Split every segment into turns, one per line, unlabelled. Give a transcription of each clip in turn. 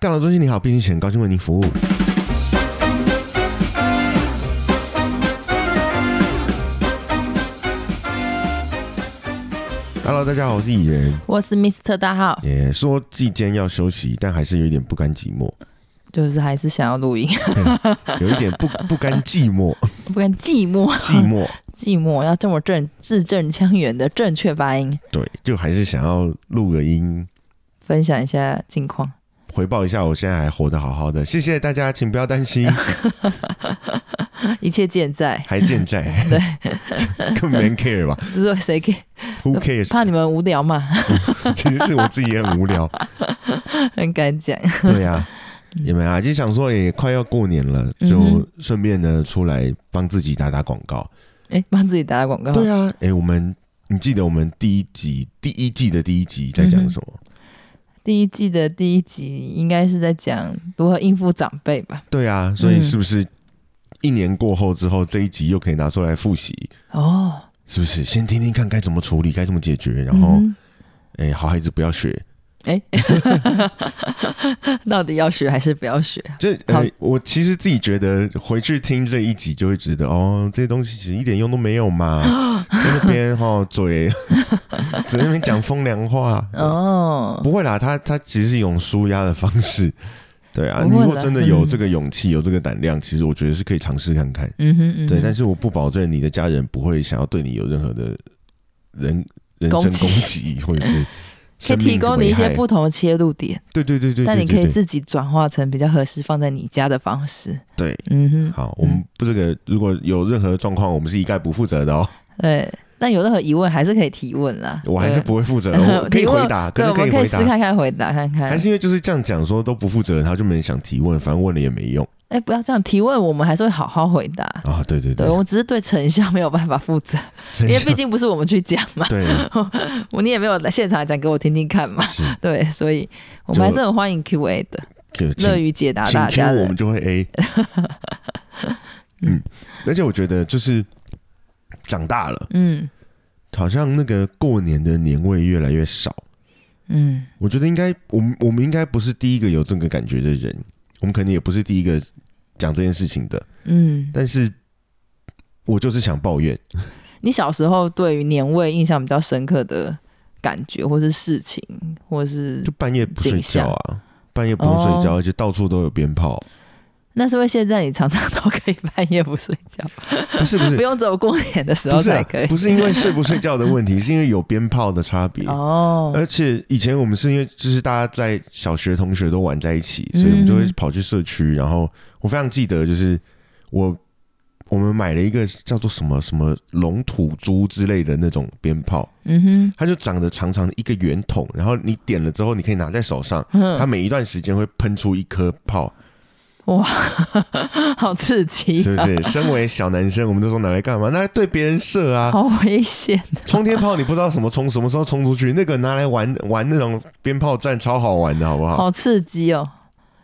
调查中心你好，毕竟选高新为您服务。Hello，大家好，我是蚁人。
我是 Mr 大号，
也、说季间要休息，但还是有一点不甘寂寞，
就是还是想要录音，
有一点不不甘寂寞，
不然寂寞，
寂寞。
寂寞要这么正字正腔圆的正确发音，
对，就还是想要录个音，
分享一下近况。
回报一下我现在还活得好好的。谢谢大家，请不要担心，
一切健在，
还健在。对， 更没人 care 吧
就是谁给
？Who cares？
怕你们无聊嘛，
其实是我自己也很无聊。
很敢讲。
对呀、也没啊，就想说也快要过年了，
嗯
就顺便呢出来帮自己打打广告。
哎，帮自己打打广告。
对啊，哎、我们你记得我们第一集第一季的第一集在讲什么？
嗯第一季的第一集应该是在讲如何应付长辈吧？
对啊，所以是不是一年过后之后这一集又可以拿出来复习？
哦，
是不是先听听看该怎么处理，该怎么解决？然后，
嗯
哎、好孩子不要学。
哼到底要学还是不要学？
这
好
呃，我其实自己觉得回去听这一集就会觉得，哦，这些东西其实一点用都没有嘛， 在那边哈、嘴 在那边讲风凉话，
哦，
不会啦，他他其实是一种舒压的方式。对啊，
不
你
会啦
如果真的有
嗯
这个勇气、有这个胆量，其实我觉得是可以尝试看看。
嗯哼嗯哼，
对，但是我不保证你的家人不会想要对你有任何的人人身
攻
攻
击
击，或者是
可以
生命
提
之
供你一
危
些
害
不同的切入点，
对对对对，
但
对
你可
对
以
对
自己转化成比较合适放在你家的方式。
对
嗯哼，
好，我们不这个如果有任何状况，我们是一概不负责 的哦，
对，但有任何疑问还是可以提问啦。
我还是不会负责，
对
我 可以
提问
回答，可
对，对
能
我
可
们
以
可以
回
试
答。
看看回答看看
还。是因为就是这样讲说都不负责任，他就没人想提问，反正问了也没用
哎，不要这样提问，我们还是会好好回答。
啊！对对
对，我只是对成效没有办法负 责，
真
因为
是
毕竟不是我们去讲嘛，
对
我你也没有来现场讲给我听听看嘛。
是
对，所以我们还是很欢迎 Q&A 的，
就请
乐于解答
请
大
Q
家
我
的
们。就会 A。嗯，而且我觉得就是长大了，
嗯
好像那个过年的年味越来越少。
嗯，
我觉得应该，我们我们应该不是第一个有这个感觉的人，我们肯定也不是第一个讲这件事情的。
嗯，
但是，我就是想抱怨，
你小时候对于年味印象比较深刻的感觉，或是事情，或是
就半夜不睡觉啊，半夜不用睡觉，
哦
而且到处都有鞭炮。
那是因为现在你常常都可以半夜不睡觉，
不是不 是
不用只有过年的时
不
候
是、
才
啊
可以。，
不是因为睡不睡觉的问题， 是因为有鞭炮的差别。
哦，
而且以前我们是因为就是大家在小学同学都玩在一起，所以我们就会
嗯
跑去社区。然后我非常记得，就是我我们买了一个叫做什么什么龙吐珠之类的那种鞭炮，
嗯
它就长得长长的一个圆筒，然后你点了之后，你可以拿在手上，
哼，
它
嗯，
每一段时间会喷出一颗 炮，
好刺激
是
啊、
不是？身为小男生，我们那时候拿来干嘛？拿来对别人射啊！
好危险！
冲天炮你不知道什么冲，什么时候冲出去，那个拿来玩玩那种鞭炮战超好玩的，好不好？
好刺激哦。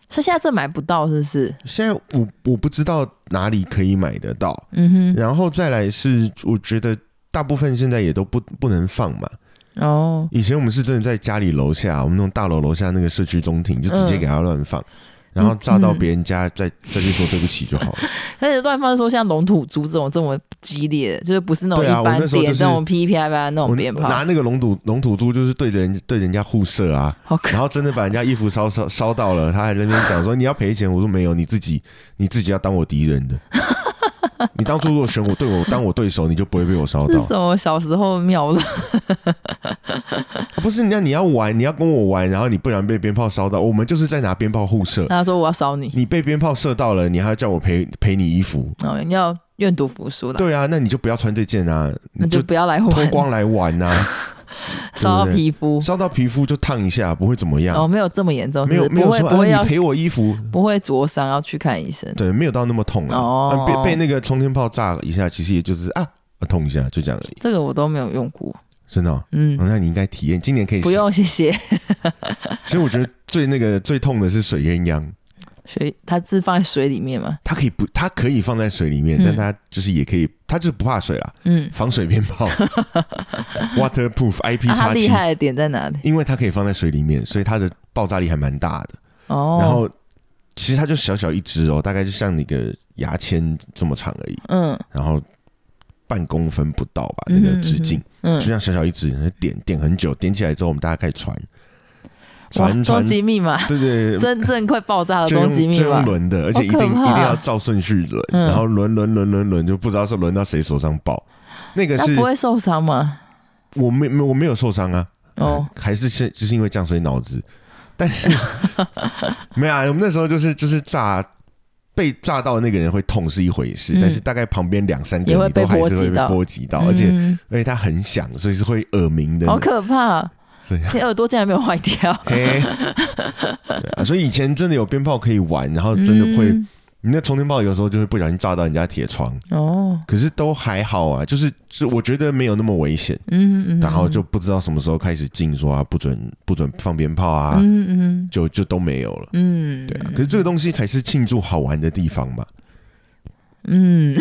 所以现在这买不到，是不是？
现在我我不知道哪里可以买得到，
嗯
然后再来是我觉得大部分现在也都不不能放嘛。
哼，哦，
以前我们是真的在家里楼下，我们那种大楼楼下那个社区中庭就直接给他乱放，
嗯
然后炸到别人家再再去说对不起就 好了。
而且乱放说像龙吐珠这种这么激烈的，就是不是那种
对啊
一般
我那时候
点、
就是
这种噼噼啪啪那
我
种鞭炮，
拿那个龙吐龙吐珠就是对着人对人家互射 啊，
好可
然后真的把人家衣服烧烧烧到了，他还在那边讲说你要赔钱，我说没有，你自己你自己要当我敌人 的。你当初如果选我对我当我对手，你就不会被我烧
这
到
是。什么小时候 妙了？
不是，那你要玩，你要跟我玩，然后你不然被鞭炮烧到，我们就是在拿鞭炮互射。
他说我要烧你，
你被鞭炮射到了，你还要叫我赔赔你衣服？
哦，你要愿赌服输了，
对啊，那你就不要穿这件啊，
那
你
就
就
不要来
脱
玩，
光来玩呐、啊，
烧到
对不对
皮肤。
烧到皮肤就烫一下，不会怎么样。
哦，没有这么严重，
没
是不
有
是
没有
不会
说
不会
啊，
要
你赔我衣服，
不会灼伤，要去看医生。
对，没有到那么痛啊。
哦
啊被被那个冲天炮炸一下，其实也就是啊啊痛一下，就这样而已。
这个我都没有用过，
真的哦、
嗯，
嗯那你应该体验，今年可以。
不。 用谢谢。
所以我觉得最那个最痛的是水鸳鸯，
水，它是放在水里面嘛，
它可以不，它可以放在水里面，
嗯
但它就是也可以，它就是不怕水啦。
嗯，
防水鞭 炮，waterproof IP
啊、它
叉
厉
七、
害的点在哪里？
因为它可以放在水里面，所以它的爆炸力还蛮大的。
哦，
然后其实它就小小一只哦，大概就像你个牙签这么长而已，
嗯
然后半公分不到吧，那个直径，
嗯
就，像小小一只，然后点点很久，点起来之后我们大家开始传，
哇，
传
终
传，
极 密码，
对对对。
真正快爆炸的
就用
终极密
就
码
用，轮的，而且一
好
定一
可
定
怕
要照顺序轮，
嗯
然后轮轮轮轮轮，就不知道是轮到谁手上爆。那个
那
是
不会受伤吗？
我没没我没有受伤啊，
哦，
还是是就是因为这样所以脑子，但是 没有啊，我们那时候就是就是炸被炸到的那个人会痛是一回事，
嗯
但是大概旁边两三个
也会
你都
被
还
波
是
及
会被
到
波及到，而且
嗯
而且它很响，所以是会耳鸣的。
好可怕，
对
你耳朵竟然没有坏 掉，
嘿，对啊，所以以前真的有鞭炮可以玩，然后哦真的会，
嗯
你那充电炮有时候就会不小心炸到人家铁窗，
哦，
可是都还好啊，就是是我觉得没有那么危险，
嗯嗯，嗯
然后就不知道什么时候开始禁说啊，不准不准放鞭炮啊，
嗯嗯
就就都没有了。
嗯，
对啊，可是这个东西才是庆祝好玩的地方嘛。
嗯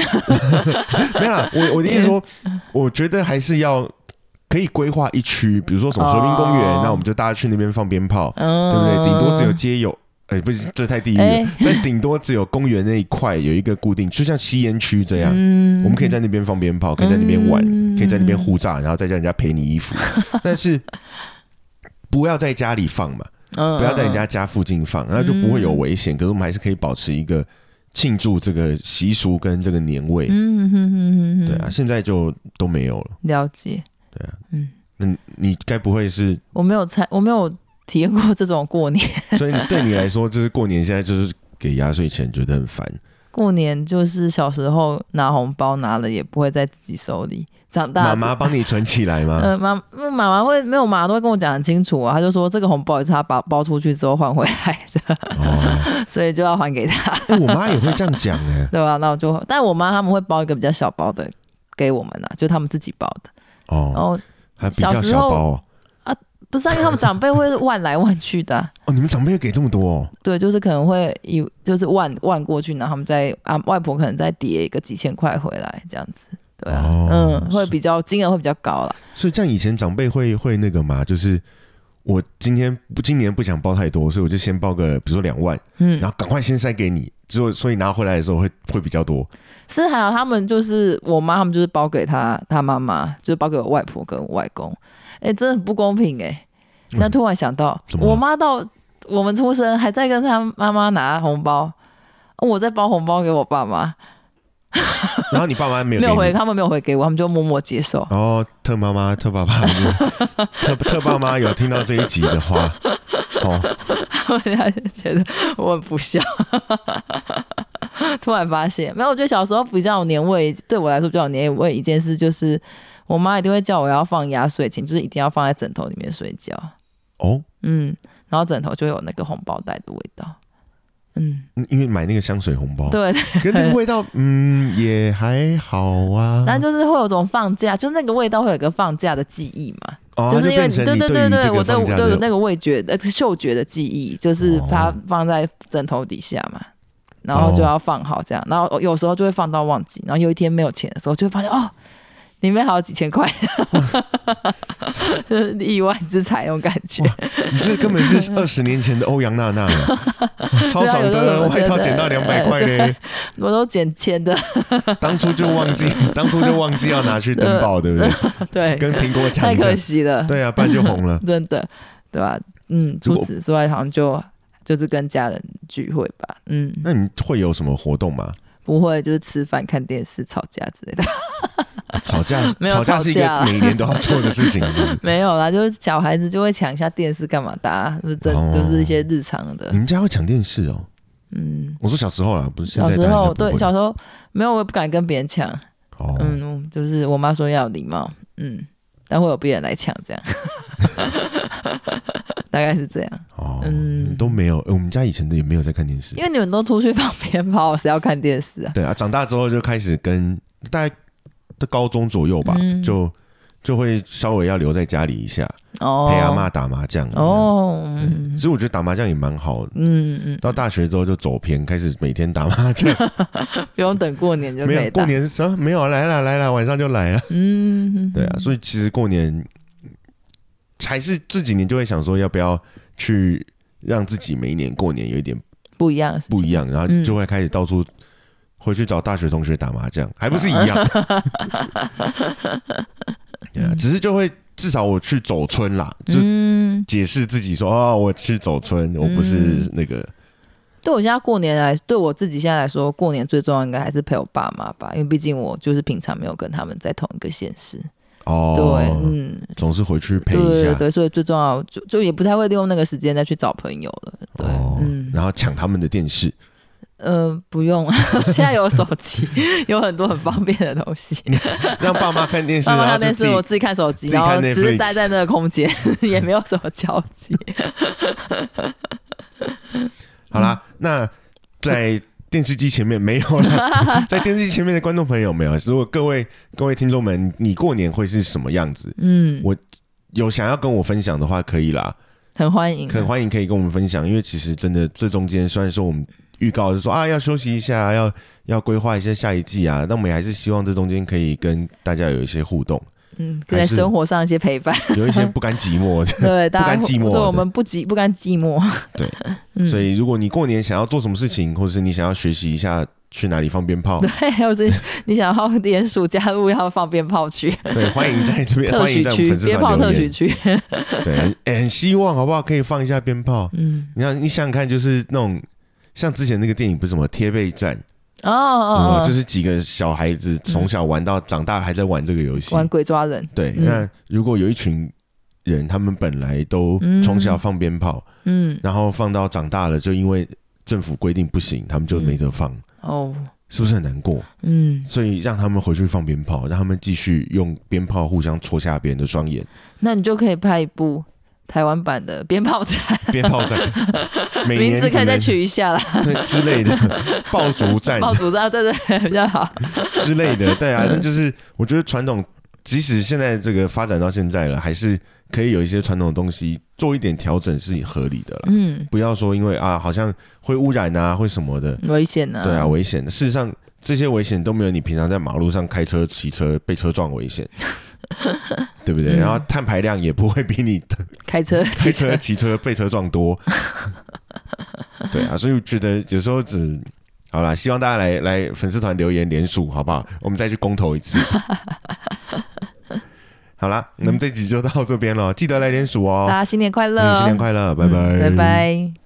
没有啦，我我的意 思说，我觉得还是要可以规划一区，比如说什么和平公园，
哦
那我们就大家去那边放鞭炮，
嗯，
对不对？顶多只有街友，哎，不是，这太地狱了
哎。
但顶多只有公园那一块有一个固定，就像吸烟区这样，
嗯
我们可以在那边放鞭炮，可以在那边玩，可以在那边互炸，然后再叫人家赔你衣服， 但是不要在家里放嘛。
不
不要在人家家附近放，那就不会有
嗯
危险。可是我们还是可以保持一个庆祝这个习俗跟这个年味。
嗯嗯嗯嗯嗯，
对啊，现在就都没有了。
了解。
那你你该不会是？
我没有参，我没有体验过这种过年。
所以对你来说，就是过年现在就是给压岁钱，觉得很烦。
过年就是小时候拿红包拿了也不会在自己手里，长
妈
大
妈帮你存起来 吗？
呃，妈妈妈会没有妈妈都会跟我讲很清楚啊，她就说这个红包也是她包包出去之后换回来的，
哦，
所以就要还给她，
哎，我妈也会这样讲哎。
对吧、那我就，但我妈他们会包一个比较小包的给我们啊，就他们自己包的。然
哦，
后
还比较
小时
小
候
包哦。
不是、啊、因为他们长辈会万来万去的啊、
哦，你们长辈也给这么多哦？
对，就是可能会以就是万万过去，然后他们再啊外婆可能再叠一个几千块回来这样子，对啊，
哦
嗯，会
是
比较金额会比较高啦。
所以这样以前长辈会会那个嘛，就是我今天不今年不想包太多，所以我就先包个比如说两万。
嗯，
然后赶快先塞给你，之后所以拿回来的时候会会比较多。
是还有他们就是我妈，他们就是包给她她妈妈，就是包给我外婆跟我外公，哎、真的很不公平哎、现在突然想到，
怎么了
我妈到我们出生还在跟她妈妈拿红包，我在包红包给我爸妈，
然后你爸妈没有
没有
给
回
你。
他们没有回给我，他们就默默接受。
然后特妈妈、特爸爸、 特特爸妈有听到这一集的话，哦，
我就觉得我很不孝。 突然发现，没有，我觉得小时候比较有年味，对我来说比较有年味一件事就是，我妈一定会叫我要放压岁钱，就是一定要放在枕头里面睡觉。
哦，
嗯，然后枕头就有那个红包袋的味道。嗯，
因为买那个香水红包，
对，
跟那个味道，嗯，也还好啊。
但就是会有种放假，就那个味道会有个放假的记忆嘛，
哦，
是因为
变成
对
你
对
于这
对对，
个
我对
放假
我有
的
那个味觉呃嗅觉的记忆，就是
哦
它放在枕头底下嘛，然后就要放好这样，然后有时候就会放到忘记，然后有一天没有钱的时候，就会发现哦，里面还有几千块， 就是意外之财那种感觉。
你这根本 是二十年前的欧阳娜娜了，超爽
啊有时候
的，
我觉
外
得
套捡到两百块 嘞，
我都捡钱的，
当初就忘 记，当初就忘记要拿去登报，对不对？
对，
跟苹果抢
太
一下
可，惜了。
对啊，不然就红了。
真的，对吧？嗯，
这
除
个
此之外，好像就就是跟家人聚会吧，嗯，
那你会有什么活动 吗？
不会就是吃饭、看电视、吵架之类的，
吵架，
没有
吵架
吵
是一个
架
每年都要做的 事情，是不是
没有啦，就是小孩子就会抢一下电视干嘛的、啊，就是这、
哦
就是一些日常的
你，们家会抢电视哦？
嗯，
我说小时候啦，不是现
小
在。
时候对小时候没有，我也不敢跟别人抢，
哦，
嗯，就是我妈说要有礼貌，嗯，但会有别人来抢这样， 大概是这样，
哦，
嗯
都没有，呃我们家以前的也没有在看电视
因。为你们都出去放鞭炮，谁要看电视啊？
对啊，长大之后就开始跟大概到高中左右吧，
嗯
就就会稍微要留在家里一下，
哦，
陪阿妈打麻将。哦，
哦，嗯
其实我觉得打麻将也蛮好的。
嗯嗯，
到大学之后就走偏，开始每天打麻将。
不用等过年就可
没
以
有过
打。
年什么没有啊来了来了，晚上就来了。啊
嗯，
对啊，所以其实过年还是这几年就会想说，要不要去让自己每一年过年有一点
不一样的事情，
不一样，然后
嗯
就会开始到处回去找大学同学打麻将，还不是一 样。对啊只是就会至少我去走村啦，就
嗯，
解释自己说哦，我去走村，我不是那个。
对我现在过年来，对我自己现在来说，过年最重要应该还是陪我爸妈吧，因为毕竟我就是平常没有跟他们在同一个县市。
哦，
对，嗯，
总是回去陪
对
一
对
下，
对，所以最重要就就也不太会利用那个时间再去找朋友了。对，
哦，
嗯，
然后抢他们的电 视，
呃，不用， 现在有手机， 有很多很方便的东西。
让爸妈看电视，
爸妈
然后啊
看
就
电
自
视，
己
我自己看手机，
自己
然
看
后只是
Netflix
待在那个空间， 也没有什么交集。
好啦，那在电视机前面没有 了，在电视机前面的观众朋友没有。如果各位各位听众们，你过年会是什么样子？
嗯，
我有想要跟我分享的话，可以啦，
很欢迎啊，
很欢迎可以跟我们分享，因为其实真的这中间虽然说我们。预告就说啊，要休息一下，要要规划一下下一季啊。那我们也还是希望这中间可以跟大家有一些互 动，
嗯，
还
在
是
生活上一些陪伴，
有一些不甘寂寞的。
对大家
甘寂寞
对
的
我们不寂不甘寂寞，
对，
嗯
所以如果你过年想要做什么事情，或者是你想要学习一下去哪里放鞭炮，
对，还有是你想要点暑假入要放鞭炮区、
对，欢迎在这边，
特
欢迎
许
在我们
区、
粉丝
鞭炮
团
特
留
许
言。
区，
对，很很希望好不好？可以放一下鞭炮。
嗯，
你看，你想想看，就是那种像之前那个电影，不是什么贴背战，
哦
有没
哦
有
哦，
嗯就是几个小孩子从小玩到长大，还在玩这个游戏。
玩鬼抓人，
对，
嗯
那如果有一群人，他们本来都
嗯
从小放鞭炮，
嗯，
然后放到长大了，就因为政府规定不行，他们就没得放，
哦，
是不是很难过？
嗯，
所以让他们回去放鞭炮，让他们继续用鞭炮互相戳瞎别人的双眼。
那你就可以拍一部台湾版的鞭炮战，
鞭炮 战，每年
名
只
字可以再
能
取一下啦，
对之类 的，爆竹战
爆竹战，对对， 比较好，
之类 的，对
嗯
啊，那就是我觉得传统，即使现在这个发展到现在了，还是可以有一些传统的东西做一点调整是合理的啦。
嗯，
不要说因为啊，好像会污染啊，会什么的，
危险呢、
对啊，，危险的。事实上，这些危险都没有你平常在马路上开车、骑车被车撞危 险，对不对？
嗯
然后碳排量也不会比你
开车，
开
骑
车、 骑车被车撞 多。对啊，所以我觉得有时候只好啦，希望大家来来粉丝团留言联署，好不好？我们再去公投一 次。好啦，那么这集就到这边了，记得来联署
大
哦。
家新年快乐，
嗯新年快乐，拜
嗯
拜，
拜拜。